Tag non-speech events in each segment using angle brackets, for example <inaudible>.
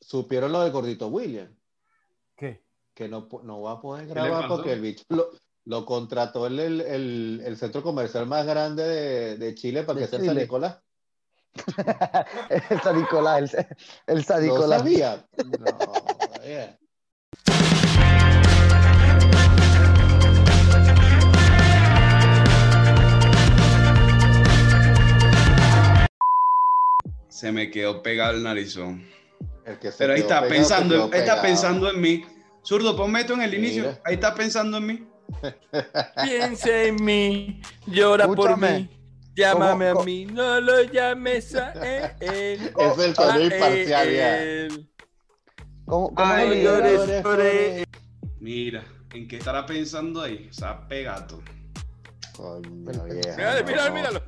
supieron lo del gordito William, ¿Qué? que no, po- no va a poder le grabar pasó? porque el bicho lo, lo contrató el, el, el- el centro comercial más grande de, de Chile para De que sea San Chile. Nicolás. el San Nicolás, el, el San No Nicolás. sabía. No, yeah. Se me quedó pegado el narizón. El que se Pero ahí quedó está pegado, se pensando, quedó está pegado. pensando en mí. Zurdo, ponme esto en el Mira. inicio. Ahí está pensando en mí. Piensa en mí, llora por Escúchame. mí, llámame ¿Cómo- a mí, no lo llames <laughs> a él. Es el sonido a imparcial, ya. él. ¿Cómo, cómo Ay, lo No olvidé? llores llores por por él. Mira, ¿en qué estará pensando ahí? O sea, pegato. Coño, vieja, Míralo, no. míralo, míralo.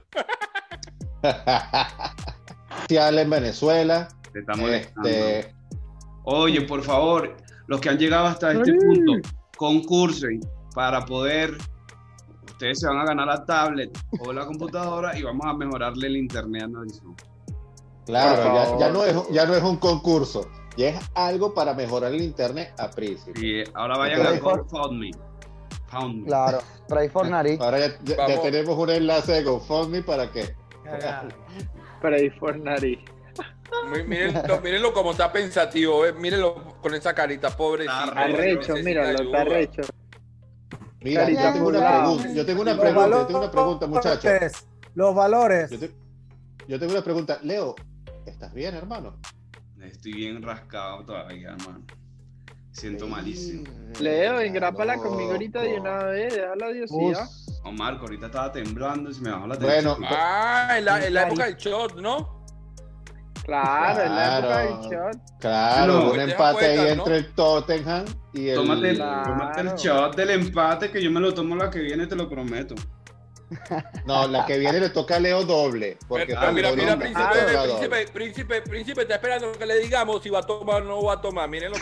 Social en Venezuela. Te está molestando. Este, Oye, por favor, los que han llegado hasta este punto, concursen para poder. Ustedes se van a ganar la tablet o la computadora y vamos a mejorarle el internet a Narizón. Por claro, ya, favor. ya no es, ya no es un concurso. Ya es algo para mejorar el internet a principio. Y ahora vayan a Mejor. GoFundMe. Found me. Claro, Pray for Nariz. Ahora ya, ya- ya Vamos. tenemos un enlace de GoFundMe para que Cagado. Pray for nariz. Mí- Mírenlo, mírenlo como está pensativo, eh, mírenlo con esa carita, pobre. Está Arrecho, míralo, está arrecho. Mira, Carita yo tengo, una colgada. pregunta, yo tengo una Los pregunta, yo valores- tengo una pregunta, muchachos. Los valores. Yo, te- yo tengo una pregunta. Leo, ¿estás bien, hermano? Estoy bien rascado todavía, hermano. Siento malísimo. Leo, engrápala Loco. conmigo ahorita de una vez, déjala diosidad. Us. No, Marco, ahorita estaba temblando y se me bajó la tensión. Bueno, Ah, en la, en la época del shot, ¿no? Claro, es la época Claro. del shot. claro, No, un te das empate ahí cuenta, ¿no? entre el Tottenham y el. tómate, el- Claro. tómate el shot del empate que yo me lo tomo la que viene, te lo prometo. No, la que viene le toca a Leo doble. Porque Pero está Ah, mira, el mira, doble. príncipe, Ah, príncipe, toca doble. príncipe, príncipe, está esperando que le digamos si va a tomar o no va a tomar. Mírenlo.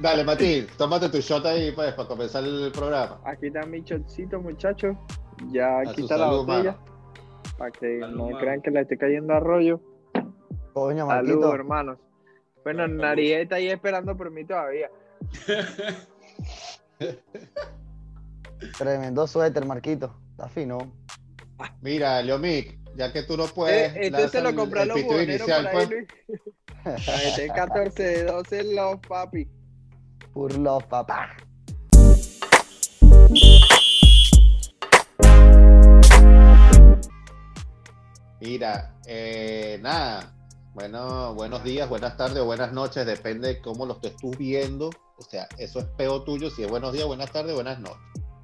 Dale, Matín, tómate tu shot ahí pues, para comenzar el programa. Aquí está mi shotcito, muchachos. Ya A aquí tu está la salud, botella. mano. Para que Salud, no mano. crean que la esté cayendo a rollo. Coño, Saludos, Marquito. hermanos. Bueno, Salud. nariz está ahí esperando por mí todavía. Tremendo suéter, Marquito. Está fino. Mira, Leomic, ya que tú no Eh, puedes. este se lanza lo el- compré Pues, a el los pitido buhoneros por ahí, pues. Luis. <laughs> Ahí está el 14 de 12 los papi. Por los papá. Mira, eh, nada. Bueno, buenos días, buenas tardes o buenas noches, depende de cómo lo estés tú viendo. O sea, eso es peo tuyo, si es buenos días, buenas tardes, buenas noches.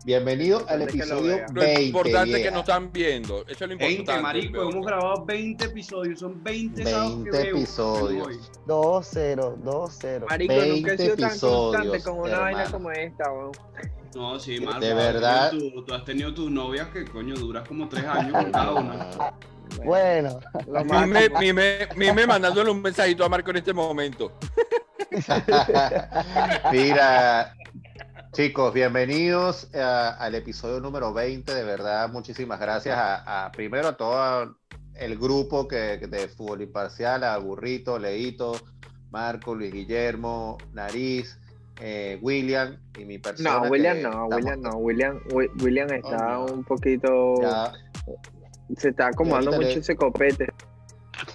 Bienvenido al Depende que lo episodio vea. Lo 20. importante es que vieja. nos están viendo. Eso es lo 20, importante. marico, hemos grabado 20 episodios, son 20, sábados que 20 veo. episodios. Me voy. 2-0, 2-0. Marico, nunca he 20 sido tan constante episodios, como una vaina hermano. como esta, weón. No, sí, De Marco. verdad. Tú, tú has tenido tus novias que, coño, duras como 3 años con cada una. <laughs> Bueno, Lo más- Mime, mime, mime mandándole un mensajito a Marco en este momento. <laughs> Mira, chicos, bienvenidos eh, al episodio número 20. De verdad, muchísimas gracias a, a- primero a todo el grupo que, que de fútbol imparcial, a Burrito, Leito, Marco, Luis Guillermo, Nariz, eh, William y mi persona. No, William que no, estamos- William no. William, Wi- William está Coño. un poquito. Ya- Se está acomodando Ya ahorita mucho le- ese copete.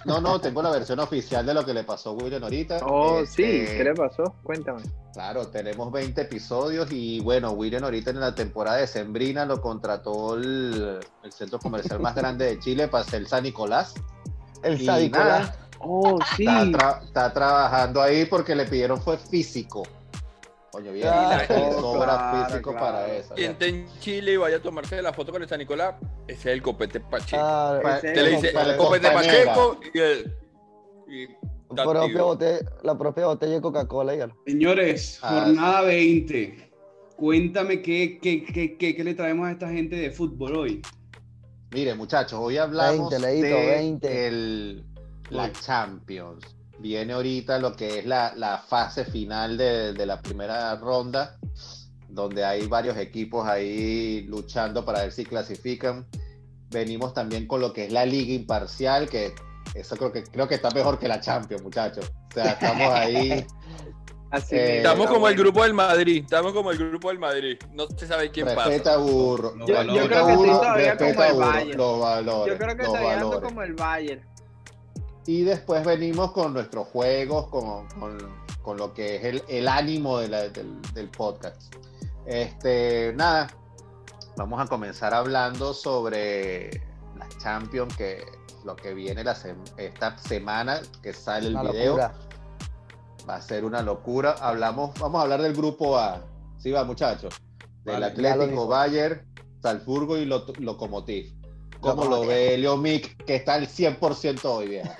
no, no, tengo la versión oficial de lo que le pasó a William ahorita. Oh, sí, Este, ¿qué le pasó? Cuéntame. Claro, tenemos 20 episodios y bueno, William ahorita en la temporada de Sembrina lo contrató el, el centro comercial <laughs> más grande de Chile para ser San Nicolás. el Y San Nicolás. nada, Oh, sí. está, tra- está trabajando ahí porque le pidieron fue físico. Coño, bien, Claro, le sobra claro, físico claro. para eso. Quien esté en Chile y vaya a tomarse la foto con el San Nicolás, ese es el copete Pacheco. Claro, Pa- Ese Usted le dice para el el copete compañero. Pacheco y el. y- la propia botella- la propia botella de Coca-Cola, dígalo. Señores, Ah, jornada 20. Cuéntame qué, qué, qué, qué, qué le traemos a esta gente de fútbol hoy. Mire, muchachos, hoy hablamos 20, Leito, de 20. el- la Uy. Champions. Viene ahorita lo que es la, la fase final de, de la primera ronda, donde hay varios equipos ahí luchando para ver si clasifican. venimos también con lo que es la liga imparcial, que eso creo que creo que está mejor que la Champions, muchachos. O sea, estamos <laughs> ahí. Así Eh, mismo. Estamos está como el bueno. grupo del Madrid, estamos como el grupo del Madrid. No se sabe quién pasa. respeta burro. Yo- yo respeta creo que estoy burro, todavía respeta como el burro, Bayern. los valores, Yo creo que los estoy dando valores. como el Bayern. <laughs> Y después venimos con nuestros juegos, con, con, con lo que es el, el ánimo de la- del, del podcast. Este, nada, vamos a comenzar hablando sobre la Champions, que lo que viene la sem- esta semana que sale el Una video locura. va a ser una locura. Hablamos, vamos a hablar del grupo A. Sí, va, muchachos. Del Vale, ya lo Atlético, dijo. Bayern, Salzburgo y Lot- Lokomotiv. ¿Cómo lo Lokomotiv. ve Leo Mick, que está al 100% hoy, vieja?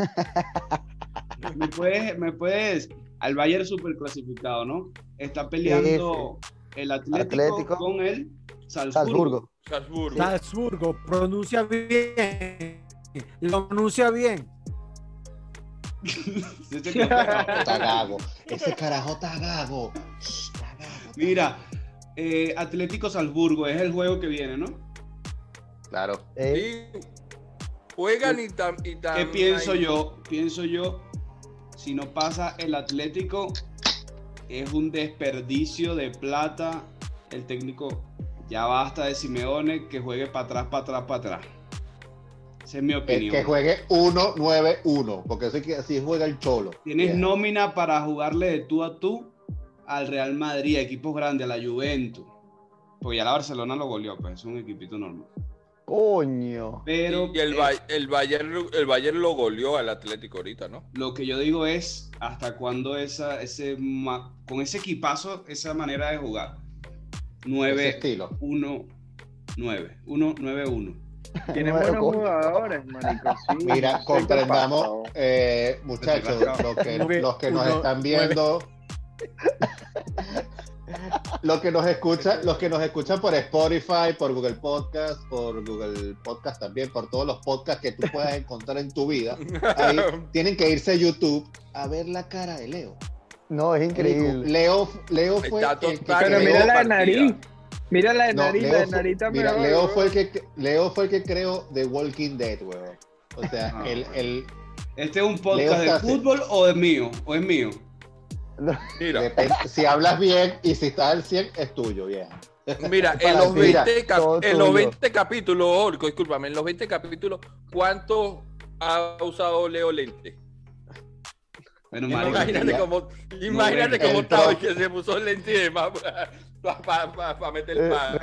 Me puedes, me puedes, al Bayern super clasificado, ¿no? Está peleando el Atlético, Atlético. con el Salzburgo. Salzburgo. Salzburgo. Salzburgo, pronuncia bien. Lo pronuncia bien. Yo sé que está- Está gago. Ese carajo está gago. Shh, está gago. Mira, eh, Atlético Salzburgo es el juego que viene, ¿no? Claro. Eh, Sí. Juegan y tan. Y tan ¿Qué pienso Ah, ahí. yo? Pienso yo, si no pasa el Atlético, es un desperdicio de plata. El técnico ya basta de Simeone que juegue para atrás, para atrás, para atrás. Esa es mi Que, opinión. que juegue 1-9-1. Porque así, que- así juega el cholo. Tienes Bien. nómina para jugarle de tú a tú al Real Madrid, a equipos grandes, a la Juventus. Pues ya la Barcelona lo goleó, pues es un equipito normal. coño. Pero Y el, eh, Bay- el, Bayern, el Bayern lo goleó al Atlético ahorita, ¿no? lo que yo digo es hasta cuándo esa, ese, ma- con ese equipazo, esa manera de jugar. Ese 9, estilo. 1, 9, 1, 9, 1. Tienen Bueno, buenos con- jugadores, <laughs> marico. sí. Mira, <laughs> Sí, comprendamos, capaz, eh, muchachos, Desgraciado. lo que- Nueve, los que nos uno, están nueve. viendo, los que nos escuchan, los que nos escuchan por Spotify, por Google Podcast, por Google Podcast también, por todos los podcasts que tú puedas encontrar en tu vida, ahí tienen que irse a YouTube a ver la cara de Leo. No, es increíble. Leo, Leo fue Está el que total. Pero creó- mira la de Partida. nariz. Mira la de no, nariz, la Leo de fue- nariz está mira, mejor, Leo weón. fue el que Leo fue el que creó The Walking Dead, weón. O sea, Ah, el, el Este es un Leo podcast de Sassi. fútbol o es mío, o es mío. Mira, Depende- si hablas bien y si estás al 100, es tuyo, vieja. mira, en para los ti. Mira, 20, cap- todo en los tuyo. 20 capítulos, Orco, discúlpame, en los 20 capítulos, ¿cuántos ha usado Leo Lente? Bueno, marico, Imagínate ya- cómo, imagínate No, cómo el estaba pro. y que se puso lente y demás <laughs> para meter el Eh, paro.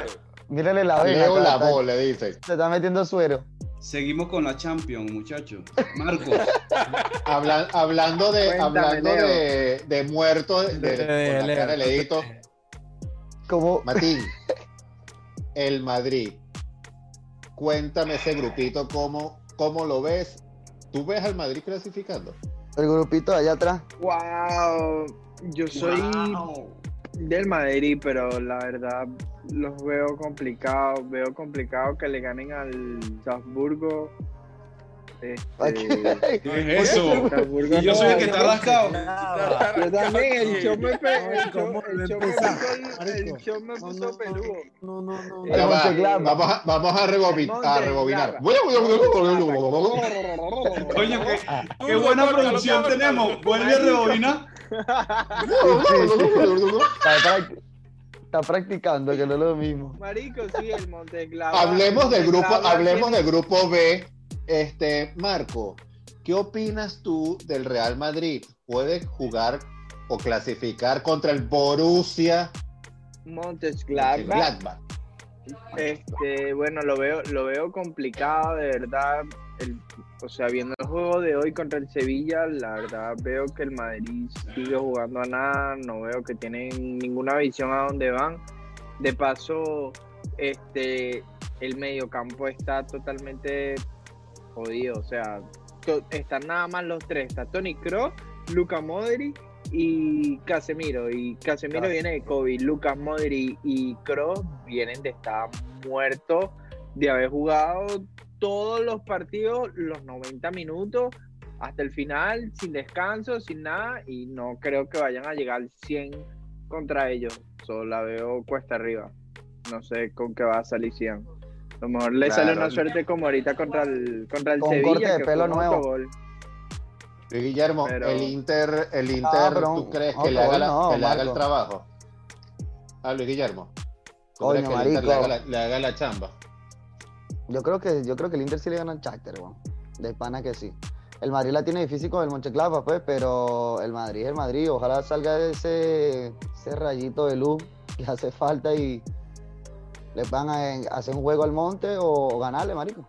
Mírale la vena. Leo está- la está- voz, le dicen. Se está metiendo suero. seguimos con la <laughs> Champions, muchachos. Marcos, Habla- hablando de, Cuéntame, hablando Leo. de, de muertos, de, con Eh, la cara de Leito, Como Matín, el Madrid. Cuéntame ese grupito, ¿cómo, cómo lo ves? ¿Tú ves al Madrid clasificando? el grupito de allá atrás. Wow. Yo soy Wow. del Madrid, pero la verdad los veo complicados. Veo complicado que le ganen al Salzburgo. Este, ¿Qué es eso? Salzburgo Y yo no, soy el que yo- está rascado. ah, Yo también, el show me pe- Ay, el show- cómo el lo show me empezamos, puso- marico. el show me puso peludo. No, no, no. Eh, Ya va, Mönchengladbach. vamos a, vamos a, rebobin- a rebobinar. Coño, qué, qué buena producción tenemos. Vuelve a rebobinar. Está, prac- está practicando, que no es lo mismo. Marico, sí, el Monteclava. Hablemos del grupo, hablemos del grupo B. Este, Marco, ¿qué opinas tú del Real Madrid? ¿Puede jugar o clasificar contra el Borussia Montesclava. Gladbach? Este, bueno, lo veo, lo veo complicado, de verdad. El- o sea, viendo el juego de hoy contra el Sevilla, la verdad veo que el Madrid sigue jugando a nada, no veo que tienen ninguna visión a dónde van. De paso, este, el mediocampo está totalmente jodido, o sea, to- están nada más los tres, está Tony Kroos, Luca Modric y Casemiro, y Casemiro Cas- viene de COVID, Lucas Modric y Kroos vienen de estar muertos, de haber jugado todos los partidos, los 90 minutos, hasta el final, sin descanso, sin nada, y no creo que vayan a llegar al 100 contra ellos, solo la veo cuesta arriba. No sé con qué va a salir Sian. A lo mejor le sale Claro. una suerte como ahorita contra el, contra el Con Sevilla. corte de que pelo fue un nuevo. autogol. Luis Guillermo, Pero- el Inter, el Inter pero ¿tú un- crees que otro le haga, gol la- Ah, no, que le haga el Marco. trabajo? A Luis Guillermo. ¿Tú Coño, crees que el Inter le marico. haga, la, le haga la chamba? Yo creo que, yo creo que el Inter sí le gana al Shakhtar, weón. De pana que sí. El Madrid la tiene difícil con el Monchengladbach, pues, pero el Madrid es el Madrid. Ojalá salga ese, ese rayito de luz que hace falta y le van a hacer un juego al monte o, o ganarle, marico.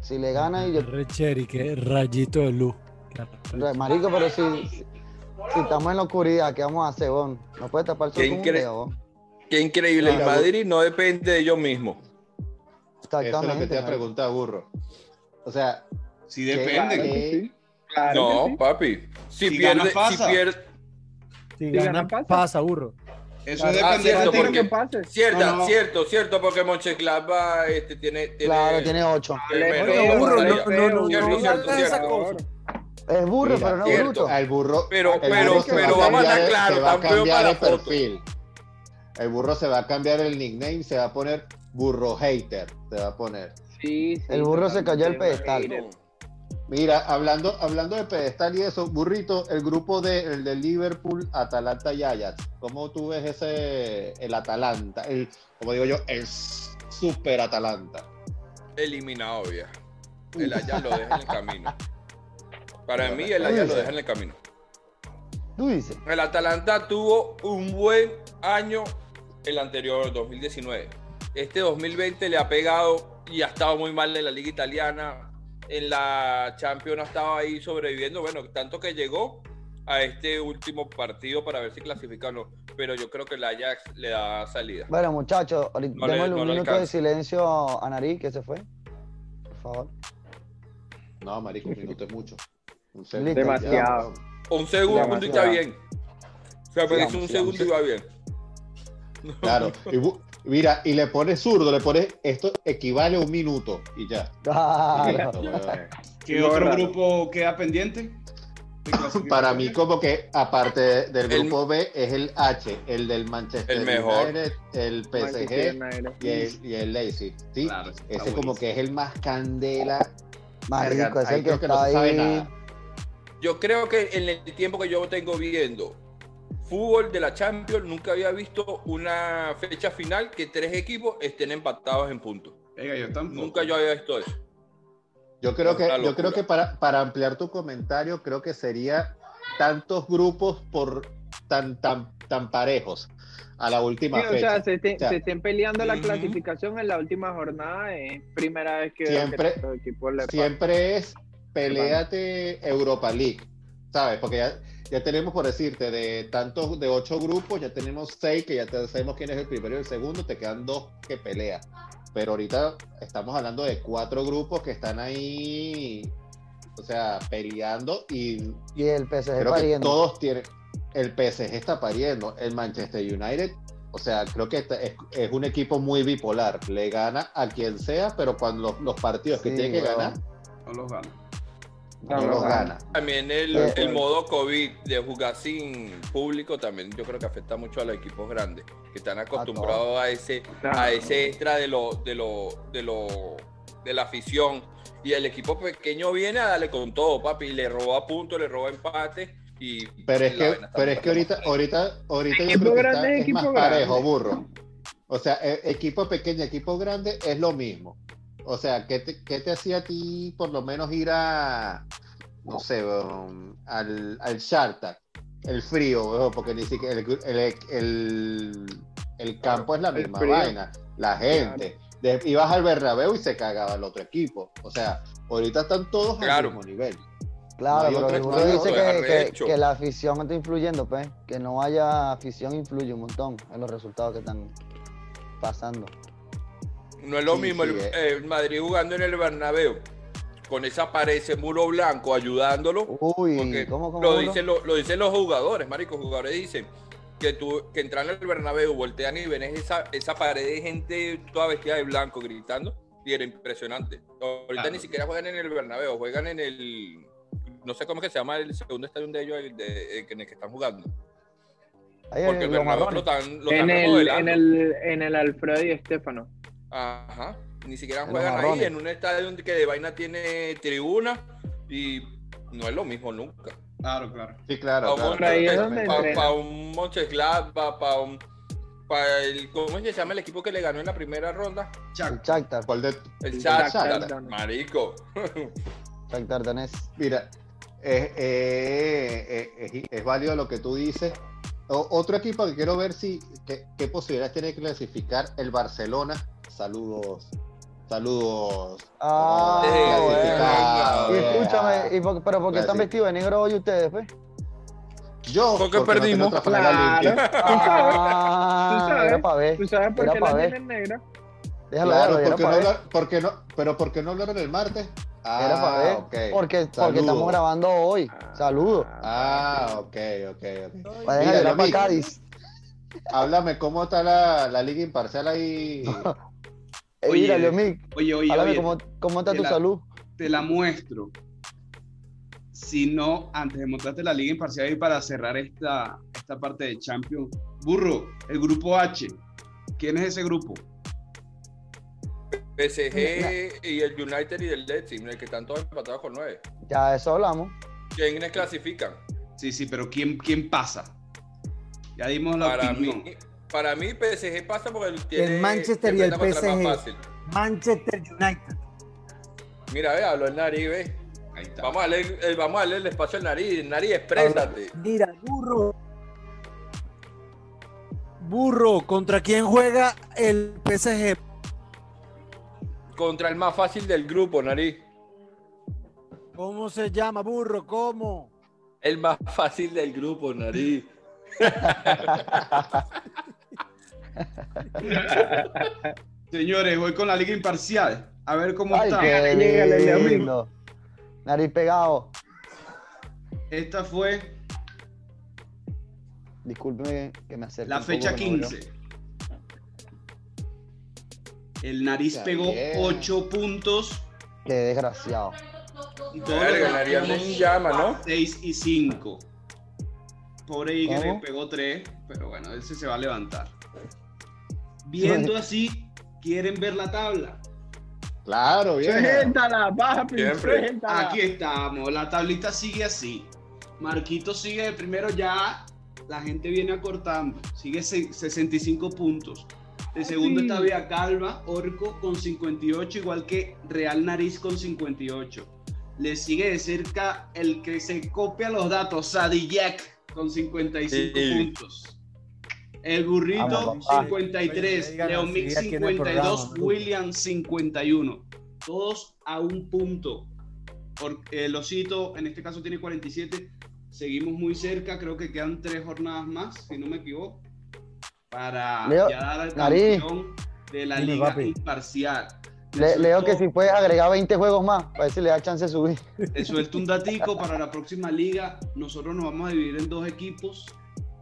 Si le gana y yo... Recheri, que rayito de luz. Qué arrecho. Marico, pero si, si, si estamos en la oscuridad, ¿qué vamos a hacer, weón? No puede tapar el sol ¿Quién con un cree- dedo, weón. Qué increíble. El Claro. Madrid no depende de yo mismo. Eso es lo que te Exactamente, ha marico. preguntado, burro. O sea, Sí, ¿qué- depende. qué- que sí. Claro No, que sí. papi. Si, Si pierde, gana, si pasa. pierde. Si gana, gana, pasa. pasa, burro. Eso es Ah, depende cierto, de ti. Tiene porque- que pase. Cierto, No, no. cierto, cierto, porque Monchengladbach este, tiene, tiene. Claro, tiene ocho. Pero- Oye, burro, no, no, no, Cierto, no cierto, hagas esa cierto. cosa. Es burro, Mira, pero no cierto. bruto. al burro. Pero- el pero- burro se pero va vamos a cambiar- eh, estar claros, se va a campeón cambiar para el foto. perfil. El burro se va a cambiar el nickname, se va a poner burro hater. Se va a poner. Sí, sí, El burro se cayó al totalmente. pedestal. Mira, hablando, hablando de pedestal y eso, burrito, el grupo de, el de Liverpool, Atalanta y Ajax. ¿Cómo tú ves ese, el Atalanta, el, como digo yo, el super Atalanta? Eliminado ya. El allá lo deja en el camino. Para mí, el allá lo deja en el camino. Tú dices. El Atalanta tuvo un buen año el anterior, 2019. Este 2020 le ha pegado y ha estado muy mal en la liga italiana. En la Champions ha estado ahí sobreviviendo. Bueno, tanto que llegó a este último partido para ver si clasifica o no. Pero yo creo que el Ajax le da salida. Bueno, muchachos, ahorita No le- démosle no un le minuto de alcanza. silencio a Nariz, que se fue. Por favor. No, marico, un minuto es mucho. Un Demasiado. Un segundo y está Demasiado. bien. O sea, me Sigamos, dice un sigamos. segundo y va bien. Claro. Y bu- mira, y le pones zurdo, le pones, esto equivale a un minuto y ya. Ah, Claro. Listo, weón. ¿Qué No, otro raro. grupo queda pendiente? de clasificación? Para mí, como que aparte del El- grupo B, es el H, el del Manchester El mejor. United, el Manchester PSG United. y el, y el Leipzig, ¿sí? Claro, está Ese buenísimo. como que es el más candela. Marico, Verga, es ahí el que creo está no se sabe ahí. nada. Yo creo que en el tiempo que yo tengo viendo fútbol de la Champions, nunca había visto una fecha final que tres equipos estén empatados en puntos. Venga, yo tampoco. Nunca yo había visto eso. Yo creo que, Una yo creo locura. que para, para ampliar tu comentario, creo que sería tantos grupos por tan, tan, tan parejos a la Sí, última o fecha. sea, se, te- O sea, se estén peleando la ujú. clasificación en la última jornada. Es primera vez que Siempre- los equipos le siempre es peleate Europa League, ¿sabes? Porque ya, ya tenemos, por decirte, de tantos, de ocho grupos, ya tenemos seis que ya te- sabemos quién es el primero y el segundo, te quedan dos que pelean. Pero ahorita estamos hablando de cuatro grupos que están ahí, o sea, peleando y Y el PSG creo que pariendo. todos tienen. El PSG está pariendo, el Manchester United, o sea, creo que está- es, es un equipo muy bipolar. Le gana a quien sea, pero cuando los, los partidos que Sí, tiene que huevón. ganar, No los gano. no, los gana. También el, Eh, el modo COVID de jugar sin público también yo creo que afecta mucho a los equipos grandes que están acostumbrados a ese a ese extra de lo de lo de lo de la afición y el equipo pequeño viene a darle con todo, papi, y le roba puntos, le roba empate y Pero es la que, vaina está pero es que bastante ahorita, ahorita, ahorita yo Equipo creo que grande está- es es más equipo parejo, grande. burro. O sea, e- equipo pequeño, equipo grande es lo mismo. O sea, ¿qué te, qué te hacía a ti por lo menos ir a, no sé, weón, al, al Shartak? El frío, weón, porque ni siquiera el, el, el- el campo es la El misma frío. vaina, la gente. De- ibas al Bernabéu y se cagaba el otro equipo. O sea, ahorita están todos Claro. al mismo nivel. Claro, No hay pero otra el burro cosa, dice no, que, es que- arrecho. que la afición está influyendo, pues. Que no haya afición influye un montón en los resultados que están pasando. No es lo Sí, mismo sí, el, eh. el Madrid jugando en el Bernabéu con esa pared, ese muro blanco ayudándolo. Uy, Porque ¿cómo, cómo? Lo cómo? dicen, lo, lo dicen los jugadores, marico. Los jugadores dicen que tú que entran al Bernabéu, voltean y ven esa, esa pared de gente toda vestida de blanco gritando y era impresionante. Ahorita Claro. ni siquiera juegan en el Bernabéu, juegan en el no sé cómo es que se llama el segundo estadio de ellos el de- el que- en el que están jugando. Ahí, Porque el Eh, los Bernabéu marrones. lo están, lo en están el, remodelando. en, el, en el Alfredo y Estefano. Ajá. Ni siquiera En los juegan ahí marrones. en un estadio que de vaina tiene tribuna y no es lo mismo nunca. Claro, claro. Sí, claro. Vamos claro, por ahí, claro, es totalmente. donde Para entrena. un Mönchengladbach, para un... Para el, ¿Cómo es que se llama el equipo que le ganó en la primera ronda? El Chac, Shakhtar, ¿Cuál de- El El Shakhtar, Shakhtar. marico. Shakhtar danés. Mira, es, eh, es- es- es válido lo que tú dices. O- otro equipo que quiero ver si qué, qué posibilidades tiene que clasificar el Barcelona. Saludos. Saludos. Ah, Eh, clasificado, bueno. eh, Escúchame, ¿y por- ¿pero por qué están Claro, sí. vestidos de negro hoy ustedes, pues? Yo, Porque no tiene perdimos. otra franela Claro. limpia. Tú sabes, Ah, era sabes, para ver. tú sabes por Era qué pa' la ver. tienen negra. Déjalo Pues, Claro, verlo, era porque pa' no, ver. habla- porque no, pero ¿por qué no hablaron el martes? Ah, Era para ver. ok. Porque, porque Saludos. estamos grabando hoy. Saludos. Ah, ok, ok, ok. Para dejar de Mira, ir para Yamil. Cádiz. Háblame, ¿cómo está la, la liga imparcial <laughs> ahí? Eh, Oye, mira, Leomil, Oye, oye, háblame oye, cómo, cómo está de tu la- salud. te la muestro. Si no, antes de montarte la liga imparcial y para cerrar esta, esta parte de Champions, burro, el grupo H. ¿Quién es ese grupo? PSG y el United y el Leipzig, el que están todos empatados con nueve. Ya de eso hablamos. ¿Quiénes clasifican? Sí, sí, pero ¿quién, quién pasa? Ya dimos la Para opinión. mí, para mí PSG pasa porque tiene Manchester y el enfrenta contra la más PSG. fácil. Manchester United. Mira, ve, habló el nariz, ve. Ahí está. Vamos a leer, el, vamos a darle el espacio al nariz. Nariz, exprésate. Mira, burro. Burro, ¿contra quién juega el PSG? Contra el más fácil del grupo, nariz. ¿Cómo se llama, burro? ¿Cómo? El más fácil del grupo, nariz. Señores, voy con la liga imparcial. A ver cómo Ay, está. qué Llégale, Leomil. lindo. Nariz pegado. Esta fue Discúlpeme que me acerque. la un poco, fecha que no veo. 15. El nariz Está pegó bien. 8 puntos. Qué desgraciado. Y todos los Verga, nariz, anda en llama, ¿no? 6 y 5. Pobre Iger ¿Cómo? pegó 3, pero bueno, él se, se va a levantar. Viendo así, quieren ver la tabla. Claro, bien. Suéltala, papi, Siempre. suéltala. Aquí estamos, la tablita sigue así. Marquito sigue de primero, ya la gente viene acortando. Sigue se- 65 puntos. De segundo sí. está Vía Calva, Orco con 58, igual que Real Nariz con 58. Le sigue de cerca el que se copia los datos, Sadillac con 55 Sí. puntos. El Burrito Vamos, papá. 53, Oye, digan León Mix enseguida quién es el 52, programa, ¿no? William 51. Todos a un punto. Por, eh, Losito, en este caso, tiene 47. Seguimos muy cerca. Creo que quedan tres jornadas más, si no me equivoco, para Leo, ya dar al Nariz. campeón de la Dime, Liga papi. Imparcial. Le- leo suelto- que si puedes agregar 20 juegos más, para ver si le da chance de subir. te suelto un datico para la próxima liga. Nosotros nos vamos a dividir en dos equipos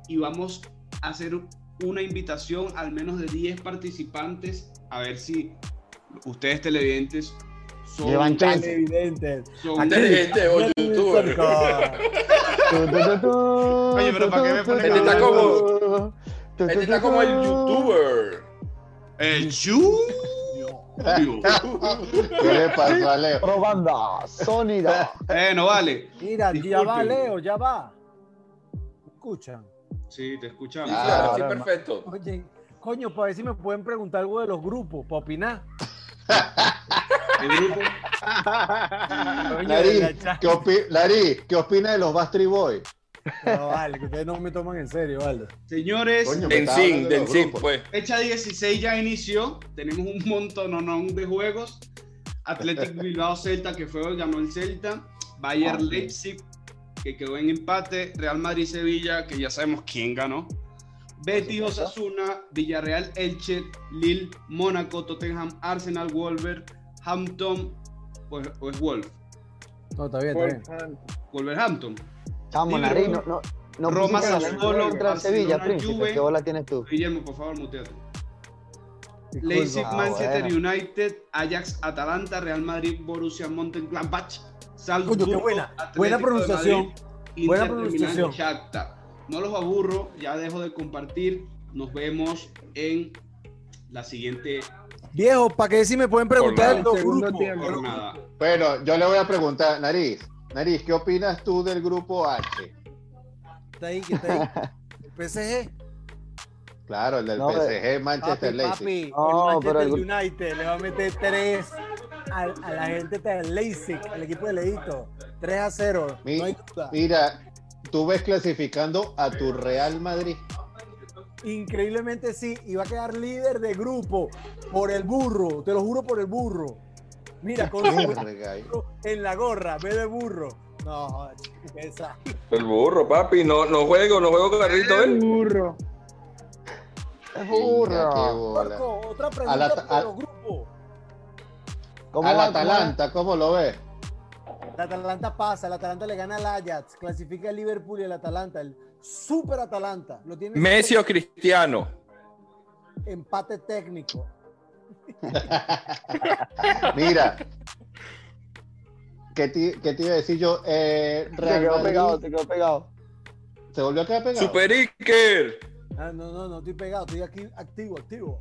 y vamos a hacer una invitación al menos de 10 participantes a ver si ustedes televidentes son Llevan chance. Televidente. son- Este Aquí. Inteligente o youtuber. Cerca. Oye, pero ¿para qué me pones Este está como- Este Este está como el youtuber. el Chuyo. ¿Qué le pasó a Leo? Probanda, sólida. Eh, no vale. Mira, ya Disculpen. va, Leo, ya va. ¿Me escuchan? Sí, te escuchamos. Sí, sí, Ah, ahora sí, ahora no. perfecto. Oye, coño, para ver si me pueden preguntar algo de los grupos, para opinar. El grupo. Coño, Nariz, la cha- ¿qué, opi- Nariz, ¿qué opina de los Bastry Boys? No, vale, que ustedes no me toman en serio, vale. Señores, Coño, me estaba Denzin, hablando de los Denzin, grupos. pues. Fecha 16 ya inició. Tenemos un montón de juegos. <laughs> Athletic Bilbao Celta, que fue hoy, ganó el Celta. Bayern Leipzig, que quedó en empate. Real Madrid Sevilla, que ya sabemos quién ganó. Betis supuesto. Osasuna, Villarreal Elche, Lille, Mónaco, Tottenham, Arsenal, Wolver, Hampton, o es, o es Wolf, No, está bien, está bien. Wolverhampton. Chamo, Dime, nariz, no, Roma. no, no Roma, pusiste la Sassuolo, bola contra el Sevilla, Barcelona, príncipe. Juve. ¿Qué bola tienes tú? Guillermo, por favor, muteate. Disculpa. Leipzig, Ah, Manchester bueno. United, Ajax, Atalanta, Real Madrid, Borussia Mönchengladbach, Salzburgo, Coño, qué buena. Atlético Buena de pronunciación. Madrid, Inter Buena de Milán, pronunciación. Shakhtar. No los aburro, ya dejo de compartir. Nos vemos en la siguiente Viejo, ¿para qué si me pueden preguntar nada. de los Segundo grupos? tiempo. Por pues. nada. Bueno, yo le voy a preguntar, Nariz, Nariz, ¿qué opinas tú del grupo H? Está ahí, que está ahí. El PSG. <laughs> Claro, el del No, PSG Manchester Papi, Leipzig. papi, Este No, el pero Manchester el- United le va a meter 3 a, a la gente del Leipzig, al equipo de Leito. 3 a 0, Mi- no hay duda. Mira, tú ves clasificando a tu Real Madrid. Increíblemente sí, y va a quedar líder de grupo por el burro, te lo juro por el burro. Mira, con el burro Verga, ahí. en la gorra, ve de burro. No, joder, qué desastre. El burro, papi. No, no juego, no juego con Carlito. ¿eh? burro. Venga, Es qué burro. bola. Marco, otra A la- pregunta a- por los grupos. ¿Cómo Al va- Atalanta, ¿cómo lo ves? La Atalanta pasa, el Atalanta le gana al Ajax, clasifica el Liverpool y el Atalanta, el super Atalanta. Lo tiene Messi o Cristiano. empate técnico. Mira. ¿Qué te, qué te iba a decir yo? Eh, cómo va? Se Real quedó Madrid pegado, se quedó pegado. se volvió a quedar pegado. Super Iker. Ah, no, no, no estoy pegado, estoy aquí activo, activo.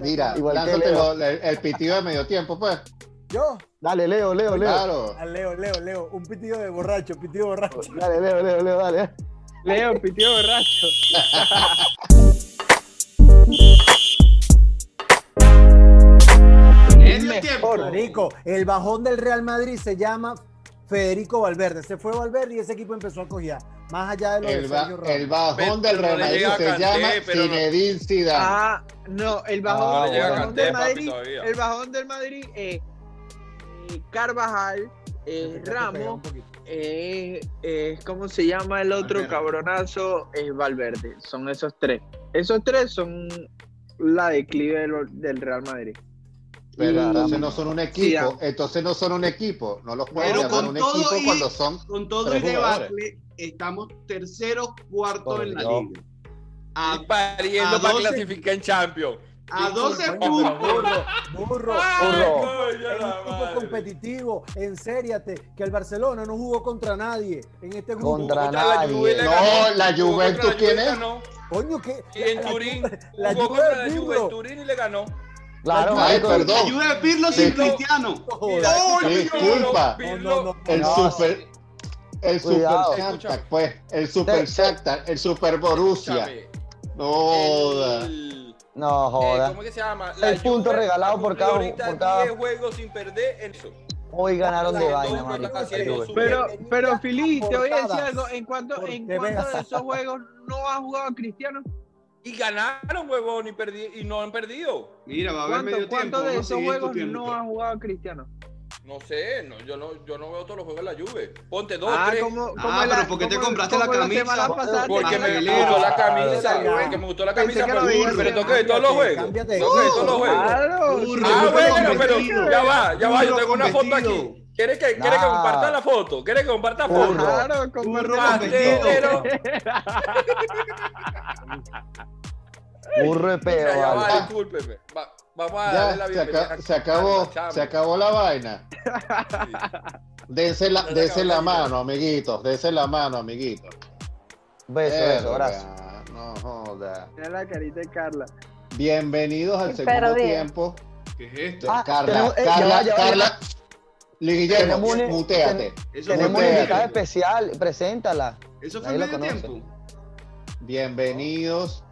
Mira, Igual que lánzate Leo. lo- el, el pitido de medio tiempo, pues. Yo, Dale, Leo, Leo, Leo. Claro. a Leo, Leo, Leo, un pitido de borracho, pitido de borracho. Dale, Leo, Leo, Leo, dale. eh. Leo, pitió borracho. Medio tiempo. Marico, el bajón del Real Madrid se llama Federico Valverde. Se fue Valverde y ese equipo empezó a cojear. Más allá de lo de El, ba- Sergio Ramos. el bajón Pero del no Real le Madrid llega a se Kanté, llama pero no- Zinedine Zidane. Ah, no, el bajón, Ah, el llega bajón Kanté, del papi, Madrid, todavía. el bajón del Madrid es eh, Carvajal, eh, Ramos, eh, eh, ¿cómo se llama el otro Valverde. cabronazo? Es Valverde, son esos tres. Esos tres son la declive del, del Real Madrid. Pero Y- entonces no son un equipo, Zidane. entonces no son un equipo, no los pueden Pero llamar con un todo equipo y- cuando son Con todo Tres el jugadores. debacle, estamos tercero, cuarto Por en la Dios. liga. A, Y pariendo a para 12. clasificar en Champions. a 12 Coño, pero puntos. burro, burro. Burro. Es un equipo competitivo, ensériate, que el Barcelona no jugó contra nadie en este grupo. Contra nadie. No, la Juventus, ¿quién es? Coño, que Y en Turín. la jugó Juve contra la del Juve libro. en Turín y le ganó. Claro, Ay, marico. perdón. Ayuda a Pirlo sin Sí. Cristiano. Joder. disculpa. No, no, no. el No, super el Cuidado. super Shakhtar, pues, el super Te- Shakhtar, el super Borussia. No joda. El, No, eh, joda. ¿Cómo es que se llama? El punto Juve regalado por cada- cumplió ahorita por cada- 10 juegos sin perder en eso. Hoy ganaron de Las vaina, dos marico. notas haciendo Juve. su- Pero, pero Fili, te voy a decir Portadas. algo, en cuanto, en Porque cuanto de veas. esos juegos no ha jugado Cristiano, Y ganaron, huevón, y, perdi- y no han perdido. Mira, va a haber medio tiempo. ¿cuánto, cuánto de Vamos a esos seguir juegos discutiendo. no ha jugado Cristiano? No sé, no, yo, no, yo no veo todos los juegos de la Juve. Ponte dos, ah, tres. como, como Ah, la- pero porque te como- compraste como la semana camisa. pasada Porque te me regalé- gustó la Ah, camisa, ya. porque me gustó la Pensé camisa, que pero, lo veías, pero pero toca de todos los juegos. Cámbiate de Toca de todos los juegos. Claro, Burro, Ah, Burro bueno, con pero vestido. ya va, ya va, yo Burro tengo con una foto vestido. aquí. ¿Quieres que, ¿quieres que Nah. comparta la foto? ¿Quieres que comparta Burro. foto? Claro, con Burro Marta. con vestido. Pastelero. Burro de peo, Mira, ya va, vale. discúlpeme. Va- vamos a darle la Ya se, bienvenida. aca- a- se acabó, a la se Champions. acabó la vaina. Dense la, Ya se dense acabó la la vaina. mano, amiguitos, dense la mano, amiguitos. Beso, beso, Verga, abrazo. No joda. Mira la carita de Carla. Bienvenidos al segundo perdí. tiempo. ¿Qué es esto? Ah, Carla, tenemos- eh, ya Carla, va, ya va, ya va. Carla. Luis Guillermo, Tenemos un- eh, muteate. Eso fue Tenemos una Ustedes. medio invitada tiempo. especial, preséntala. Eso fue Nadie la medio conoce. tiempo. Bienvenidos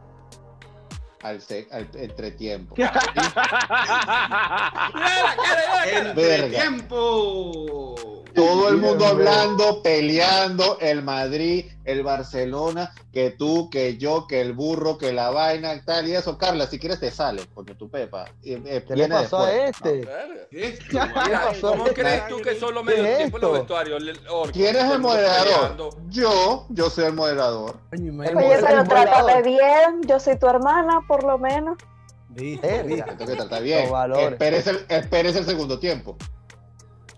al, se- al <laughs> entretiempo. Mira la cara, Ah, mira la cara. Entre tiempo. Todo el mundo Bien, hablando, peleando, el Madrid, el Barcelona, que tú, que yo, que el burro, que la vaina, tal y eso. Carla, si quieres te sale, porque tu pepa. y- y ¿Qué le viene pasó a después. este? Verga. ¿Qué es esto? Mira, ¿Qué pasó? ¿Cómo crees tú que solo ¿Qué medio es tiempo en los esto? vestuarios? Le- Orco, ¿Quién es todo el mundo moderador? peleando. Yo, yo soy el moderador. Coño, Oye, madre. Oye, pero el volador. trátate bien, yo soy tu hermana, por lo menos. Listo, Verga. listo. Tengo que tratar bien. Los valores. Espérese el, espérese el segundo tiempo.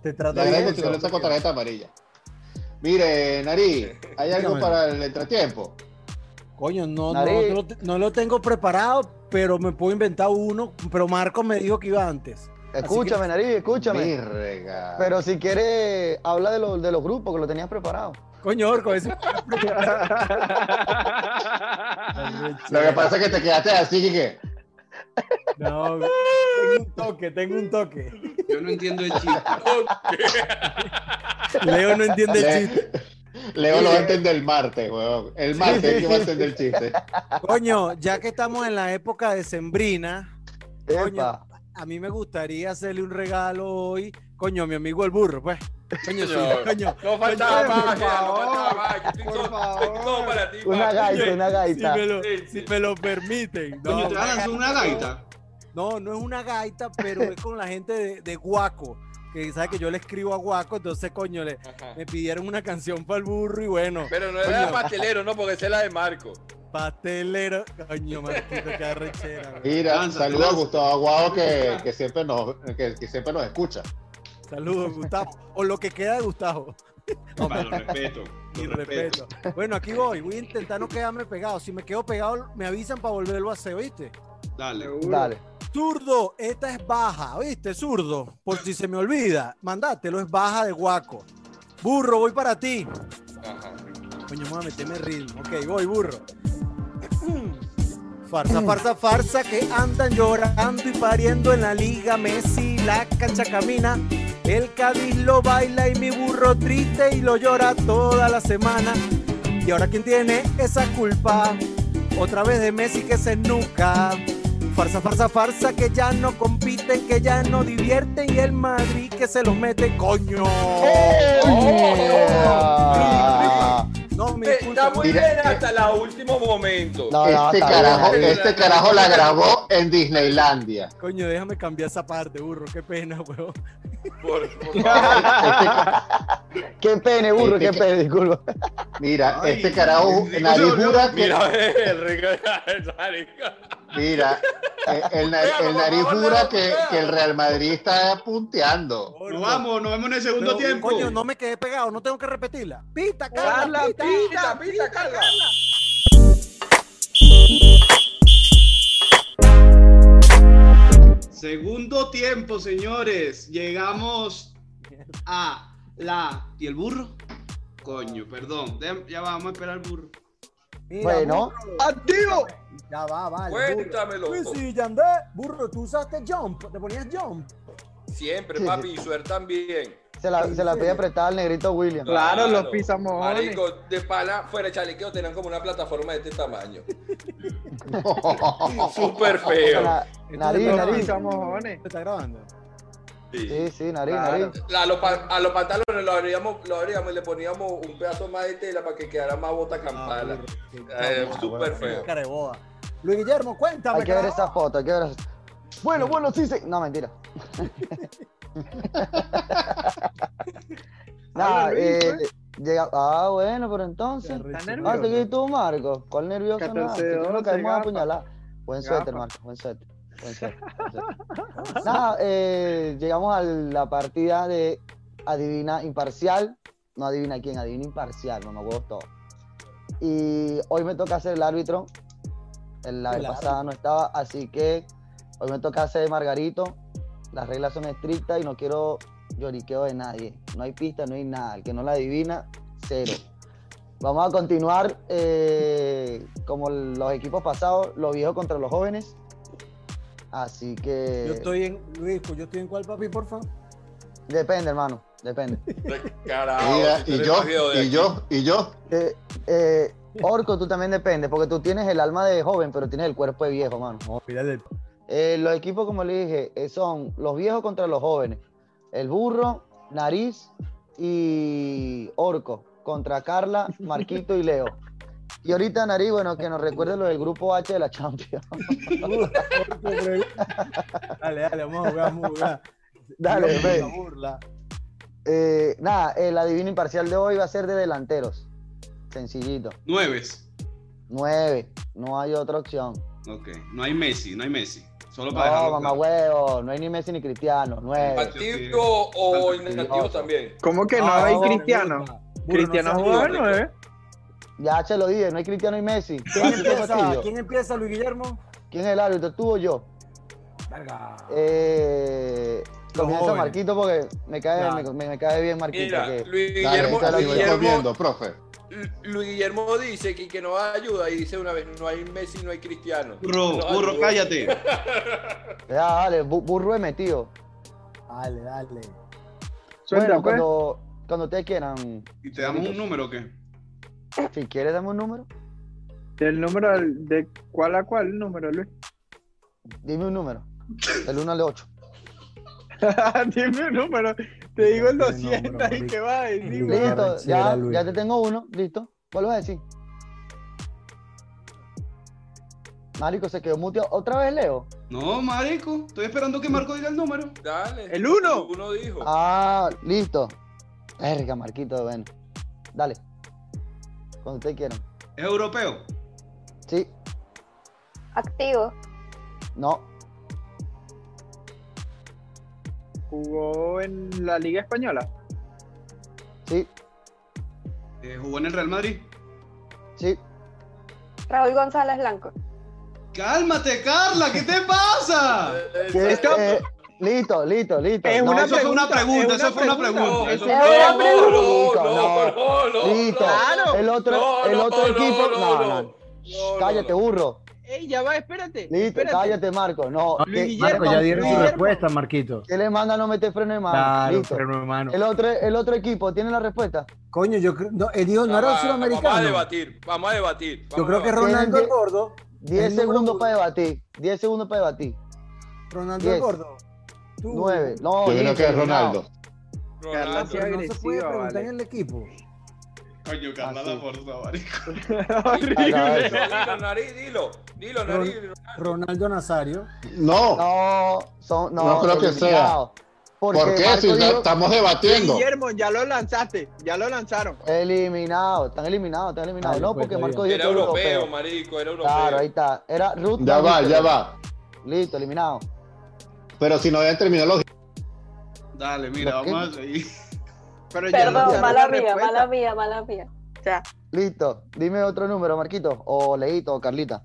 Te Le trata agradezco bien. si no le saco tarjeta amarilla. Mire, Nariz, ¿hay algo Dígame. para el entretiempo? Coño, no, no, Nariz. no, lo- no lo tengo preparado, pero me puedo inventar uno. Pero Marcos me dijo que iba antes. Escúchame, Nariz, escúchame. Verga. Pero si quieres, habla de, los de los grupos que lo tenías preparado. Coño, Orco, ese. Lo que pasa es que te quedaste así, que <laughs> No, güey. tengo un toque, tengo un toque. Yo no entiendo el chiste. Leo no entiende el Le- chiste. <laughs> Leo lo va a entender el martes, weón. El martes es que va a entender el chiste. Coño, ya que estamos en la época decembrina, Epa. a mí me gustaría hacerle un regalo hoy, coño, a mi amigo el burro, pues. Coño, sí, coño. No faltaba Coño, más, Gerard, por no favor, faltaba más. Yo estoy por todo, favor. estoy todo para ti. Una papi. gaita, una Si gaita. me, lo, Sí, sí. si me lo permiten. No, <laughs> Coño, te van a lanzar una gaita. No, no es una gaita, pero es con la gente de, de Guaco. Que sabe que yo le escribo a Guaco, entonces, coño, le, Ajá. me pidieron una canción para el burro y bueno, Pero no era Coño. pastelero, no, porque esa es la de Marco. pastelero. Coño, Marquito, qué arrechera. güey. Mira, Lanza, saludos a lanza. Gustavo Aguado que, que siempre nos, que, que siempre nos escucha. Saludos, Gustavo. O lo que queda de Gustavo. Para lo respeto. lo Y respeto. Bueno, aquí voy. Voy a intentar no quedarme pegado. Si me quedo pegado, me avisan para volverlo a hacer, ¿oíste? Dale. Dale. Zurdo, esta es baja, ¿oíste, zurdo? Por si se me olvida, mandátelo, es baja de guaco. Burro, voy para ti. Ajá. Coño, vamos a meterme ritmo. Ok, voy, burro. <clears throat> Farsa, farsa, farsa, que andan llorando y pariendo en la liga. Messi, la cancha camina. El Cádiz lo baila y mi burro triste y lo llora toda la semana. Y ahora, ¿quién tiene esa culpa? Otra vez de Messi que se nunca. Farsa, farsa, farsa, que ya no compiten, que ya no divierten. Y el Madrid que se los mete, coño. Oh, ¡Eh! Yeah. No, me Está muy Mira, bien eh. hasta el último momento. No, no, este, está carajo, bien. este carajo la grabó en Disneylandia. Coño, déjame cambiar esa parte, burro. Qué pena, <laughs> weón. Por, por favor. Qué pene, burro, Este qué ca- pene, disculpa. <laughs> Mira, Ay, este carajo, Dios, nariz Dios, jura que. Mira, eh, el regalo. Mira, eh, el, na- Vean, el por nariz favor, jura vean, que, vean. que el Real Madrid está punteando. Nos vamos, nos vemos en el segundo Pero, tiempo. Coño, no me quedé pegado, no tengo que repetirla. Pita, Carla, Carla, pita. pita, pita, Carla. Segundo tiempo, señores. Llegamos a la. ¿Y el burro? Coño, perdón. Dem- Ya vamos a esperar al burro. Mira, Bueno, burro. activo. Ya va, vale. burro. Cuéntamelo. Uy, po. sí, Yandé, burro, tú usaste jump, te ponías jump. Siempre, Sí, papi, y suerte también. Se la, se la pedí prestada al negrito William. Claro, los pisamojones. Marico, de pana, fuera de chalequeo, tenían como una plataforma de <laughs> este tamaño. Súper feo. Na- nariz, Los Esto es nariz. pisamojones. ¿Te está grabando? Sí. Sí, sí, nariz, Claro. nariz. A los, pa- a los pantalones los abríamos, los abríamos y le poníamos un pedazo más de tela para que quedara más Ah, bota campana. Eh, Súper <laughs> feo. Cara de boda. Luis Guillermo, cuéntame. Hay que ver carajo. esa foto, hay que ver esa- Mm. Bueno, bueno, sí, sí. No, <laughs> mentira. <laughs> Nah, eh, llega... Ah, bueno, pero entonces. pues. Qué arrecho. Ah, te quedé tú, Marco. ¿Cuál nervioso? nada? 14 Si de tú no 11, caemos a gafa. apuñalar. Buen Gafa. suéter, Marco. Buen suéter. Buen suéter. buen suéter. Nada, eh, llegamos a la partida de Adivina Imparcial. No adivina quién, adivina imparcial, no me acuerdo todo. Y hoy me toca ser el árbitro. El- La vez Claro. pasada no estaba, así que hoy me toca ser Margarito. Las reglas son estrictas y no quiero lloriqueo de nadie. No hay pista, no hay nada. El que no la adivina, cero. Vamos a continuar eh, como los equipos pasados, los viejos contra los jóvenes. Así que. Yo estoy en, Luis, pues yo estoy en cuál, papi, por favor. Depende, hermano. Depende. Carajo. Mira, Oh, tú y eres yo, más viejo de y aquí. yo, y yo. Eh, eh, Orco, tú también depende, porque tú tienes el alma de joven, pero tienes el cuerpo de viejo, mano. <laughs> Eh, los equipos, como le dije, eh, son los viejos contra los jóvenes. El burro, nariz y orco contra Carla, Marquito y Leo. Y ahorita nariz, bueno, que nos recuerde lo del grupo H de la <laughs> Champions. dale, dale, vamos a jugar, vamos a jugar. Dale, Burla, ve. burla. Eh, nada, el adivino imparcial de hoy va a ser de delanteros. Sencillito. Nueves. Nueve. No hay otra opción. Ok. No hay Messi, no hay Messi. Solo para No, dejarlo mamá claro. huevo. No hay ni Messi ni Cristiano. Nueve. Activo o inactivo también. ¿Cómo que no Ah, hay no, cristiano? Cristiano no jugaba saluda, en nueve. Ya se lo dije, no hay Cristiano y Messi. ¿Quién Así que empieza? Cotillo. ¿Quién empieza, Luis Guillermo? ¿Quién es el árbitro? ¿Tú o yo? Verga. Eh, Los comienza jóvenes. Marquito porque me cae, Ya. me, me- me cae bien Marquito. Mira, que- Luis Dale, Guillermo, dale, Luis voy Guillermo corriendo, profe. Lu- Luis Guillermo dice que, que no ayuda y dice una vez, no hay Messi, no hay Cristiano. Burro, No burro, ayuda. cállate. Ya, dale, bu- burro he metido. Dale, dale. Suelta, Bueno, pues. cuando, cuando ustedes quieran, ¿Y te damos un número o qué? si quieres dame un número, Del número al- de cuál a cuál número, Luis. <laughs> dime un número. Del 1 al 8. Dime un número. Te digo el Dime 200 número, y qué va a decir, Luis. weón. Listo, arrechera, ya, Luis. ya te tengo uno, listo. Vuelvo a decir. Marico, se quedó muteado. ¿Otra vez leo? No, marico. Estoy esperando que Marco diga el número. Dale. El uno. Uno dijo. Ah, listo. Verga, Marquito, bueno. Dale. Cuando ustedes quieran. ¿Es europeo? Sí, Activo. no, Jugó en la Liga Española. sí, Eh, ¿Jugó en el Real Madrid? sí. Raúl González Blanco. ¡Cálmate, Carla! ¿Qué te pasa? Listo. Eh, listo, listo, listo. Es No, una eso fue una pregunta, es eso fue una No, pregunta. eso- eso- Es una no, pregunta. no, no, no, Listo. no. Claro. El otro, No, el no, otro no, equipo. no, No, no, no. no. Shh, no, cállate, no. burro. Ey, ya va, espérate. Listo, espérate. <laughs> cállate, Marco. No, No, ¿qué, Marco, ya dieron su Guillermo. respuesta, Marquito. qué le manda no meter freno de mano? Claro, Ah, listo. freno de mano. El otro, el otro equipo tiene la respuesta. Coño, yo creo. No, él dijo, no era Vamos a- Vamos a sudamericano. debatir, vamos a debatir. Yo vamos creo a que debatir. Ronaldo Tienen el gordo. 10 El número segundos uno. para debatir. 10 segundos para debatir. Ronaldo Diez. el gordo. Tú, Uh. 9. Yo No, creo listo, que es eliminado. Ronaldo. Ronaldo. Qué pero No se puede agresiva, preguntar vale. en el equipo. Coño, Carla, Así. la fuerza, marico. Ah, Horrible. no, Dilo, nariz, dilo, dilo, nariz. Ronaldo Nazario. No, No, son, no, No creo que sea. eliminado. Porque ¿por qué? Marco Si está- dijo- estamos debatiendo. Guillermo, ya lo lanzaste. Ya lo lanzaron. Eliminado, están eliminados, están eliminados. Dale, no, pues, porque está Marco dijo Era que europeo, marico, era europeo. Claro, ahí está. Era Ruth. Ya va, listo, ya va. Listo, eliminado. Pero si no habían terminado los Dale, mira, ¿Lo qué? vamos a seguir. Pero ya Perdón, lanzaron mala la mía, respuesta. mala mía, mala mía. Ya. Listo. Dime otro número, Marquito. O Leito, o Carlita.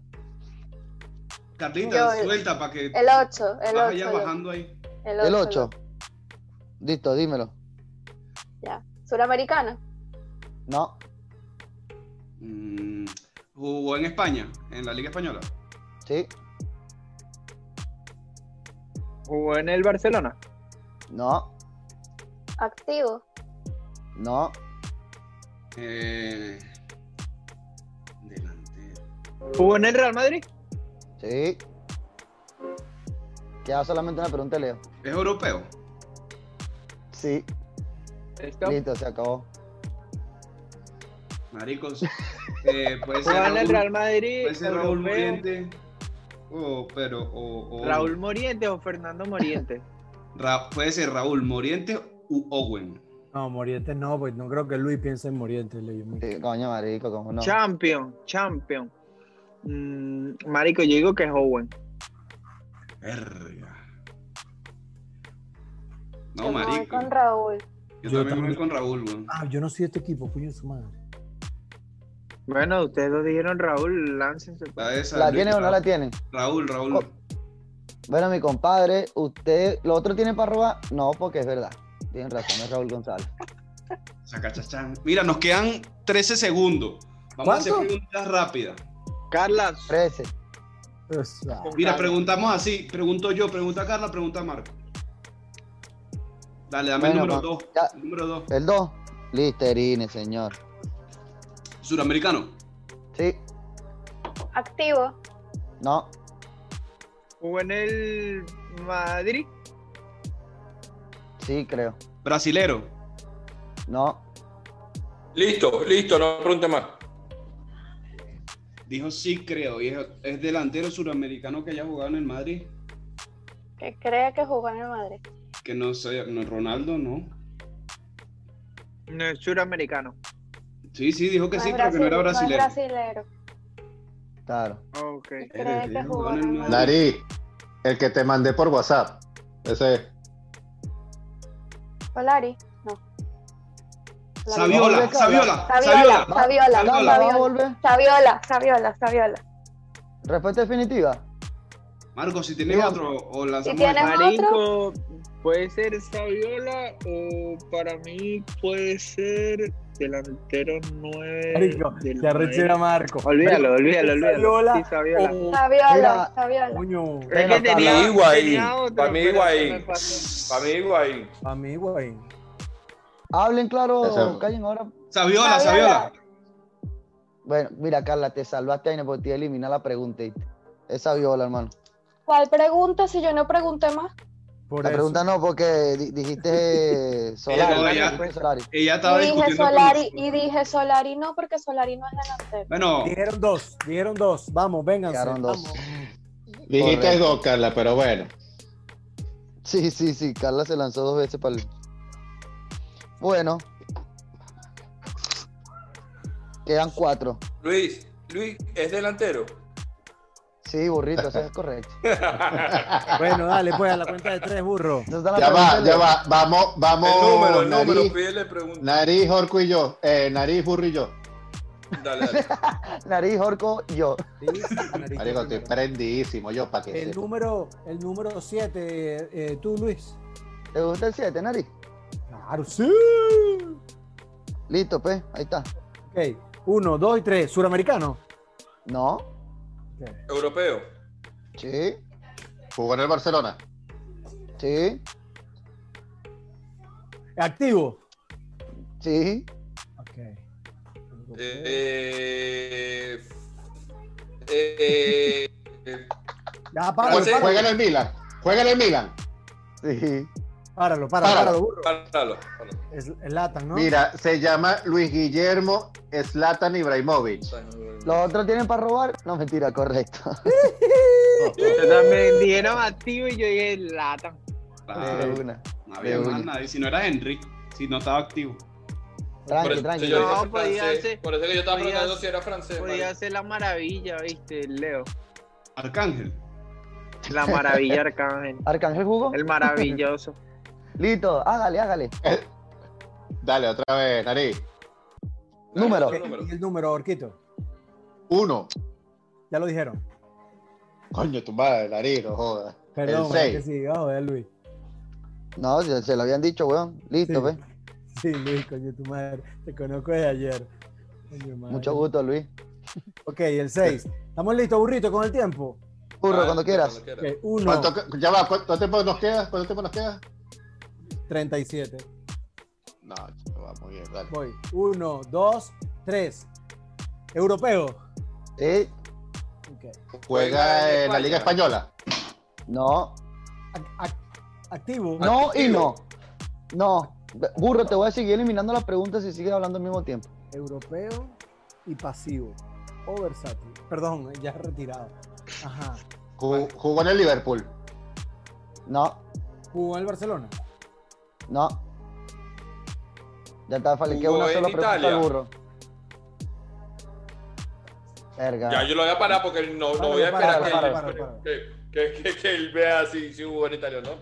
Carlita, Yo, el- suelta para que El 8, el 8. vas allá bajando ahí. El 8. Listo, dímelo. Ya. Suramericana. No, Mm, jugó en España, en la Liga Española. sí, Jugó en el Barcelona. no, Activo. no, Eh, delantero. Jugó en el Real Madrid. sí. Queda solamente una pregunta, Leo. ¿Es europeo? Sí, Listo. listo, se acabó. Maricos. Eh, puede ser Jugó en Raúl, el Real Madrid. puede ser Raúl europeo. Moriente. O, pero, o, o- Raúl Morientes o Fernando Morientes. Ra- puede ser Raúl Moriente u Owen. No, Morientes no, pues no creo que Luis piense en Morientes. Luis. Sí, coño, marico, cómo <laughs> no. Champion, champion. Mm, marico, yo digo que es Owen. Verga. Yo No, me voy marico. con Raúl. Yo, Yo también también. voy con Raúl, weón. Ah, yo no soy de este equipo, coño de su madre. Bueno, ustedes dos dijeron Raúl, láncense. La, de esa, ¿La Luis, tienen o no Ra- la tienen? Raúl, Raúl. Co- Bueno, mi compadre, usted, ¿lo otro tiene para robar? No, porque es verdad. Tienen razón, es Raúl González. Sacachachán. Mira, nos quedan 13 segundos. Vamos a hacer ¿Cuánto? preguntas rápidas. Carla, 13. O sea, Mira, Dale. preguntamos así. Pregunto yo, pregunta Carla, pregunta Marco. Dale, dame Bueno, el número ma- 2. ya. Número 2. El 2. Listerine, señor. Suramericano. Sí, Activo. no, jugó en el Madrid. sí, creo. Brasilero. No, Listo, listo, no pregunte más. Dijo sí, creo. Y es, es delantero suramericano que haya jugado en el Madrid. Que crea que jugó en el Madrid. Que no sé, no, Ronaldo, ¿no? No es suramericano. Sí, sí, dijo que No sí, es pero que no era Brasil- no es brasilero. brasilero. claro. Ok. Que Verga, cree que ya jugó jugó en en el el Madrid. Nari, el que te mandé por WhatsApp. Ese es. Solari. No. Saviola, Saviola, Saviola, Saviola. Saviola, Carla, ¿va a Saviola. volver? Saviola, Saviola, Saviola. Respuesta definitiva. Marco, si tienes Mira, otro, o lanzamos. tienes- el- Marinko puede ser Saviola o para mí puede ser delantero 9. Marico, Eh, del la rechera Madrid. Marco. Olvídalo, olvídalo, olvídalo. Saviola Oh. Sí, Saviola. o- Saviola, Mira, Saviola. Coño, Es Pero que tenía, para mí, Higuaín. tenía otro, Para mí, pero Higuaín. se me pasó. Para mí, Higuaín. pa' mí, güey. Hablen claro, Eso- callen ahora. Saviola, Saviola. Saviola. Bueno, mira, Carla, te salvaste ahí porque te eliminar la pregunta. ¿viste? Esa viola, hermano. ¿Cuál pregunta si yo no pregunté más? Por La eso. pregunta no, porque di- <laughs> dijiste eh, Solari. no, ya. Fue Solari. Ella estaba Y dije discutiendo. con Solari, nosotros. y dije Solari no, porque Solari no es delantero. Bueno, Dijeron dos, dijeron dos. Vamos, vénganse. Quedaron dos. vamos. Dijiste Correcto. dos, Carla, pero bueno. Sí, sí, sí. Carla se lanzó dos veces para el. Bueno. Quedan cuatro. Luis, Luis, ¿es delantero? Sí, burrito, eso es correcto. Bueno, dale, pues a la cuenta de tres, burro. Entonces, la Ya pregunta va, es- ya va. Vamos, vamos. el número, el número, nariz, pídele pregunta. nariz, Orco y yo. Eh, nariz, burro y yo. Dale, dale. Nariz, Orco, yo. Sí, sí, nariz, Marico, estoy primero. prendidísimo yo para que el sepa. número, el número siete, eh, eh, tú, Luis. ¿Te gusta el 7, Nariz? Claro, sí. Listo, pues, ahí está. Ok, uno, dos y tres. Suramericano. No. Europeo. Sí. Jugó en el Barcelona. Sí. Activo. Sí. Ok. Eh, eh, eh, eh, Ya, ¿Cómo páralo, se- páralo, Juega en el Milan. Juega en el Milan. Sí. páralo, páralo, Para. páralo, burro. páralo, páralo. Es, es Latan, ¿no? Mira, se llama Luis Guillermo Zlatan Ibrahimovic. Los otros tienen para robar. No, mentira, correcto. Yo también dijeron activo y yo dije lata. <laughs> De claro, una. ah, no había más nadie. Si no era Henry, si no estaba activo. Por Tranqui, eso tranqui. yo dije No, podía francés. ser- Por eso que yo estaba podía preguntando ser- si era francés. Podía marico. ser la maravilla, viste, Leo. Arcángel. La maravilla Arcángel. Arcángel jugó. El maravilloso. Listo, hágale, hágale. Dale, otra vez, nariz. Dale, número. otro número. Y el número, Orquito. Uno. Ya lo dijeron. Coño, tu madre, nariz, no jodas. Perdón, el es que 6. sí, vamos a ver, Luis. No, se, se lo habían dicho, weón. Listo, Sí. pues. Sí, Luis, coño, tu madre. Te conozco desde ayer. Coño, madre. Mucho gusto, Luis. Ok, el 6. ¿Estamos listos, burrito, con el tiempo? Burro, Ah, cuando quieras. Ok, 1, ¿Cuánto, ya va, ¿cuánto tiempo nos queda? ¿Cuánto tiempo nos queda? 37. No, chico, va muy bien, dale. Voy. 1, 2, 3. Europeo. Sí. Ok. Juega en la Liga Española. No. Ac- ac- activo. No y no. Activo. No. Burro, te voy a seguir eliminando las preguntas si sigues hablando al mismo tiempo. Europeo y pasivo. O versátil. Perdón, ya retirado. Ajá. Ju- Jugó en el Liverpool. No, Jugó en el Barcelona. no. Ya está, falta queda Jugó una en sola pregunta Italia. al burro. Verga. Ya yo lo voy a parar porque no, no Páralo, voy a esperar páralo, que, páralo, él, páralo, páralo. que- que- que- que él vea si, si hubo en italiano, ¿no?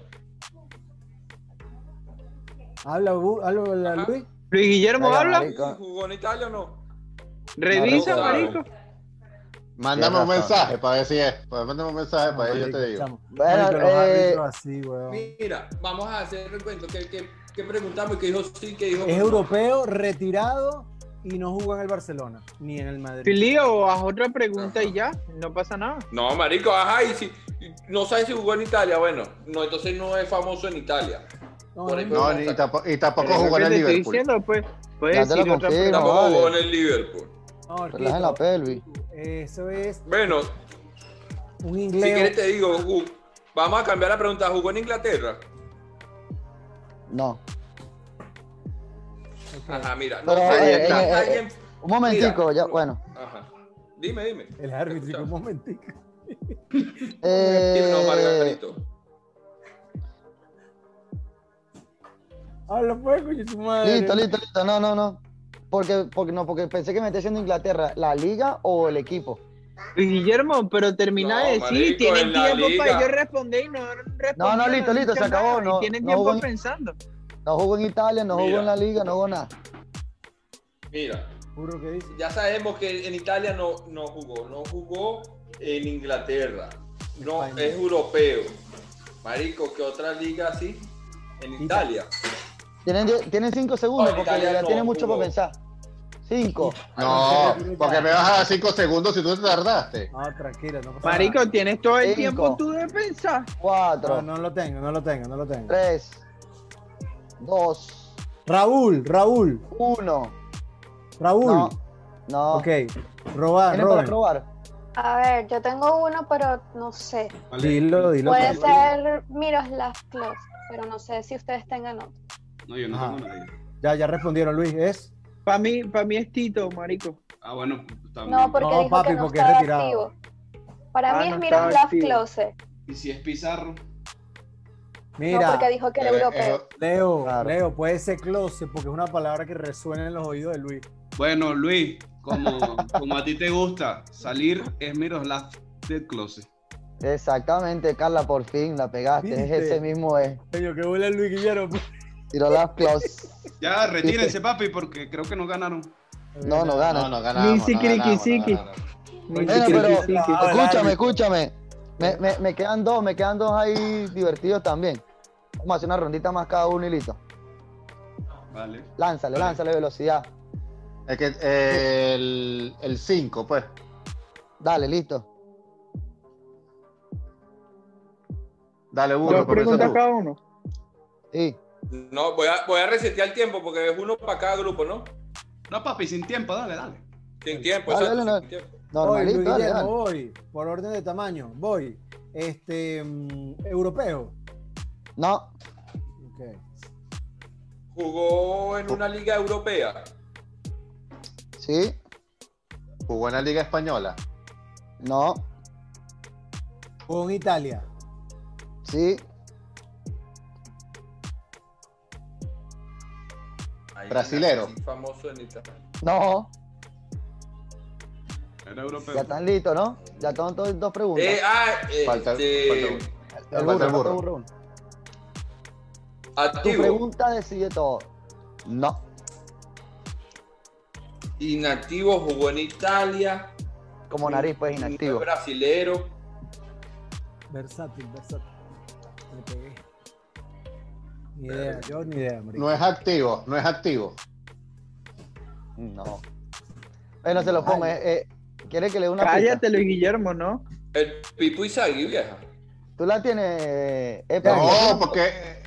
Habla, Bu- habla Ajá. Luis. Luis Guillermo Venga, habla, Marico. ¿Jugó en Italia o no? revisa, Marico. marico. Mándame un Tienes razón. mensaje para ver si es. Pues, mándame un mensaje para ver, yo te digo. Chamo. Bueno, Marico, los eh, árbitros así, weón. Mira, vamos a hacer el recuento. ¿Qué, qué, qué preguntamos? ¿Qué dijo sí? ¿Qué dijo Es no? europeo, retirado y no jugó en el Barcelona, ni en el Madrid. Filio, haz otra pregunta Ajá. y ya, no pasa nada. No, marico, ajá, y si y no sabes si jugó en Italia, bueno, no, entonces no es famoso en Italia. No, por ahí no. No, ni- y tampoco, y tampoco Pero jugó en el lo que te estoy Liverpool. diciendo, pues, puedes Ya te lo decir otra confirmo. pregunta. Tampoco vale. jugó en el Liverpool. No, Orquito, Relaja la pelvis. Eso es Bueno, un si quieres inglés. te digo, ju- vamos a cambiar la pregunta. ¿Jugó en Inglaterra? No. Ok. Ajá, mira. No, Pero, ahí eh, está. eh, eh, alguien- Un momentico, Mira. ya, bueno. Ajá. Dime, dime. El árbitro, un momentico. Tiene unos Eh, margaritos. Habla pues, coño, tu madre. listo, listo, listo. No, no, no. Porque, porque no, porque pensé que me está diciendo Inglaterra, la liga o el equipo. Luis Guillermo, pero termina No, de decir, marico, tienen en la tiempo para liga. yo responder y no han respondido, No, no, listo, han listo, se dicho nada, acabó, y no, tienen no tiempo hubo- pensando. No jugó en Italia, no jugó Mira. en la liga, no jugó nada. Mira, Burro que dice. ya sabemos que en Italia no, no jugó, no jugó en Inglaterra. No, España. es europeo. Marico, ¿qué otra liga así? En Italia. Tienen, die- tienen cinco segundos No, en porque Ah, Italia ya no, tiene mucho Hugo. para pensar. Cinco. No, porque me vas a dar 5 segundos si tú te tardaste. Ah, No, tranquilo, no pasa Marico, tienes todo el Cinco. tiempo tú de pensar. Cuatro. Ah, nada. No, no lo tengo, no lo tengo, no lo tengo. Tres. Dos. Raúl, Raúl, Uno. Raúl. No. No. Ok, ah, robar, ¿Tienen para Robert. probar? A ver, yo tengo uno, pero no sé. Vale. Dilo, dilo. Puede ser Miroslav Klose, pero no sé si ustedes tengan otro. No, yo no Ajá. tengo nadie. Ya, ya respondieron, Luis. Es Para mí, pa' mí es Tito, marico. Ah, bueno, también. No, porque No, dijo papi, que no porque estaba es retirado. activo. Para Ah, mí no es estaba Miroslav activo. Klose. Y si es Pizarro, No, Mira, porque dijo que era Eh, europeo. eso- Leo, Claro. Leo, puede ser closet porque es una palabra que resuena en los oídos de Luis. Bueno, Luis, como, como a ti te gusta, salir es Miroslav del closet. Exactamente, Carla, por fin la pegaste. Es ¿Viste? ese mismo es. Coño, que huele Luis Guillermo. Tiró las claus. Ya, retírense, papi, porque creo que no ganaron. No, no gana. No, no ganamos. no Ni ganamos, no siquirisquiqui. ganamos. Bueno, pero- Ah, escúchame, vale. escúchame. Me, me- me quedan dos, me quedan dos ahí divertidos también. Vamos a hacer una rondita más cada uno y listo. Vale. Lánzale, Vale. lánzale velocidad. Es que, eh, el 5, pues. Dale, listo. Dale uno, Dos comienza preguntas tú. cada uno. Sí. No, voy a, voy a resetear el tiempo porque es uno para cada grupo, ¿no? No, papi, sin tiempo, dale, dale. Sin tiempo, Dale, exacto, dale, sin dale. tiempo. Voy, Luis Normalito, dale, Guillermo, dale. voy. Por orden de tamaño, voy. Este, mm, europeo. No, Ok. Jugó en una liga europea. sí, Jugó en la Liga Española. no, Con Italia. sí, Ahí, Brasilero. sí, Famoso en Italia. no. Era europeo. Ya están listos, ¿no? Ya están todas dos preguntas. Eh, ah, eh, Falta- este, falta El falta el burro. burro, el burro. Tu activo. pregunta decide todo. No, Inactivo, jugó en Italia. como nariz, pues inactivo. Brasilero. Versátil, versátil. Me pegué. Ni idea, yo ni idea, marico. No es activo, no es activo. No. Bueno, se lo pongo. Eh, eh, ¿Quieres que le dé una pista? Cállate, Luis Guillermo, ¿no? El Pipo Izagui, vieja. Tú la tienes. eh, Epa. No, porque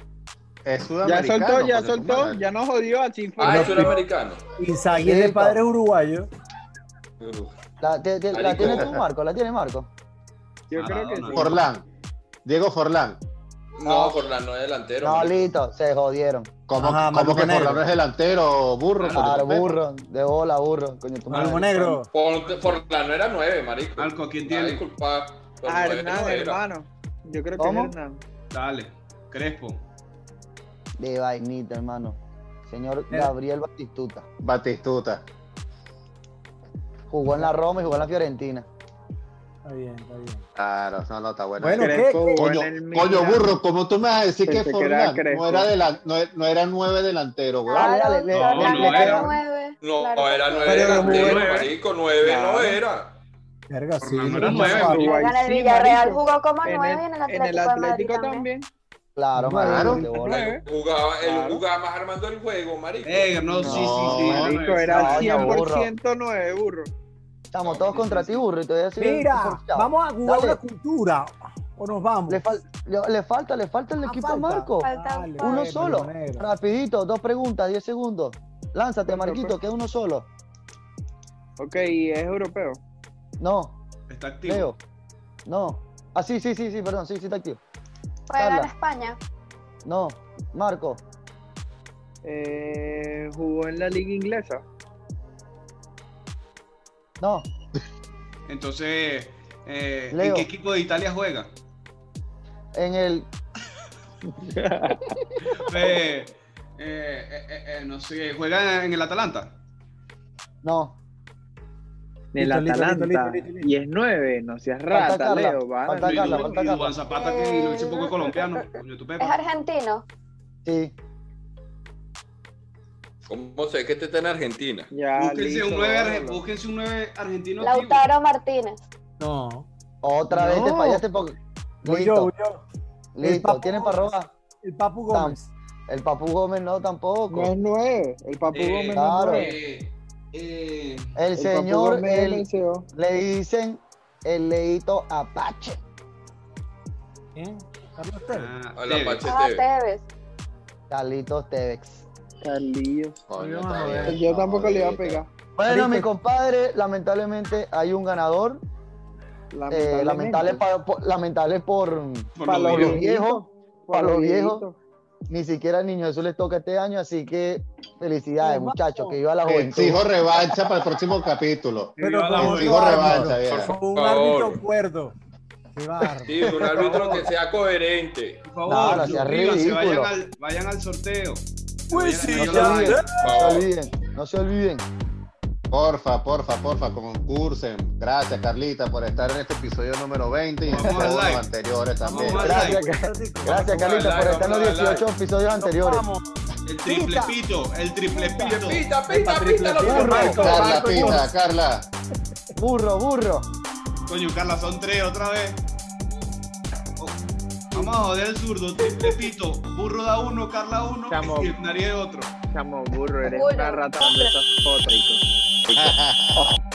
es Ya sudamericano. soltó, ya coño, tu soltó, madre. ya nos jodió así. fue. Ah, no, es suramericano. Inzaghi es de Listo. padres uruguayos. La, te- te- la Marico. tienes tú, Marco. La tienes, Marco. Yo creo que Maradona. sí. Forlán. Diego Forlán. No, Forlán no es delantero. No, marico. listo. Se jodieron. ¿Cómo, Ajá, cómo Maluco que Forlán Negro. no es delantero, burro? Claro, coño, burro. De bola, burro. Coño, tu madre. Malmo Negro. Por- Forlán no era nueve, marico. Marco, ¿quién Ah, tiene? disculpa. pero Ah, nueve no Hernán, era. hermano. Yo creo que ¿Cómo? es Hernán. Dale. Crespo. De vainita, hermano. Señor Mira. Gabriel Batistuta. Batistuta. Jugó en la Roma y jugó en la Fiorentina. Está bien, está bien. Claro, no, no, está bueno. Bueno, ¿qué? Crespo jugó en Coño, el coño, Milan. burro, ¿cómo tú me vas a decir que Pensé es que era Forlán? Crespo. no, era delan- no, no era nueve delantero, güey. Dale, Claro, dale, le- Forlán no, no era era. nueve, No, claro que era sí. nueve Pero lo delantero, jugó. marico. Nueve no Claro. era. Verga, sí. Forlán no no, era nueve, Uruguay, marico. Ahora en el sí, Villarreal marico. jugó como En nueve y en el el- Atlético, en el de Atlético Madrid también. también. Claro, Claro. marico, de bola. Nueve. Jugaba, él Claro. jugaba más armando el juego, marico. Eh, no, sí, sí, sí. No, Marico, nueve. era Coño, burro. 100% nueve, burro. Estamos todos contra ti, burro. Y te voy a decir. Mira, vamos a jugar Dale. una cultura o nos vamos. Le, fal- le- le falta, le falta el Ah, equipo a falta. Marco. Falta Dale, un Uno Ay, solo. Marco Negro. Rapidito, dos preguntas, 10 segundos. Lánzate, Perfecto, Marquito, que es uno solo. Ok, y es europeo. No, Está activo. Leo. No. Ah, sí, sí, sí, sí, perdón, sí, sí está activo. Juega en Carla. España. No, Marco. Eh, jugó en la liga inglesa. No, Entonces, eh, ¿en Leo. qué equipo de Italia juega? en el. Eh, eh, eh, eh, no sé, ¿juega en el Atalanta? No. En el Listo, listo, Atalanta. listo, listo, listo, listo. Y es nueve, no seas Falta rata, Carla, Leo. va. falta Carla, Y- y- falta y Carla. Juan Zapata, que lo hice un poco colombiano. coño, tu Es pepa. argentino. Sí. ¿Cómo sé que este está en Argentina? Ya, Búsquense Ah, listo, un 9 bárbaro. argentino. Lautaro Martínez. No. Otra vez te No. fallaste por. Voy yo, Listo, voy yo. El listo. Papu ¿Tienes para Gómez. robar? El Papu Tam- Gómez. El Papu Gómez no tampoco. No es nueve. El Papu Eh, Gómez no es claro. nueve. Eh, eh, El, El Papu señor, Gómez es el- MSO. le dicen el leito Apache. ¿Quién? ¿eh? Carlos Tevez. ah, A la Tevez. Pache Ah, Tevez. Tevez. Carlitos Tevex. Carlitos. Coño, Yo está no, bien, Eh, Yo no, tampoco le iba a ahorita. pegar. Bueno, Rico. mi compadre, lamentablemente hay un ganador. Eh, lamentable, pa- po- lamentable por, Por Para lo los por los viejos. viejos. Para los viejos. Ni siquiera al Niño Jesús les toca este año, así que felicidades, Qué muchachos, guapo. que iva la juventud. Exijo revancha para el próximo capítulo. Que viva la como Bolívar. Exijo Eduardo, revancha, vieja. favor. con un Por árbitro cuerdo. Qué bárbaro. Sí, un árbitro que sea coherente. Por favor, No, no los seas vivas, se vayan ridículo. al, vayan al sorteo. Pues Se sí, vayan ya a la sé. vaina. No se olviden, no se olviden. Porfa, porfa, porfa, concursen. Gracias, Carlita, por estar en este episodio número 20 y en Vamos al todos los like. anteriores también. Vamos al Gracias, like. Ca- gracias Carlitos, por Vamos a estar en los darle, 18 episodios anteriores. El triple pito, el triple pito. Pita, pita, pita, lo que Marco. Carla, Marco. Pita, Carla. Burro, burro. Coño, Carla, son tres otra vez. Oh, Vamos a joder el zurdo, triple pito. Burro da uno, Carla uno Chamo. y el nariz de otro. Chamo, burro, eres Burro. una rata donde esas fotos, rico.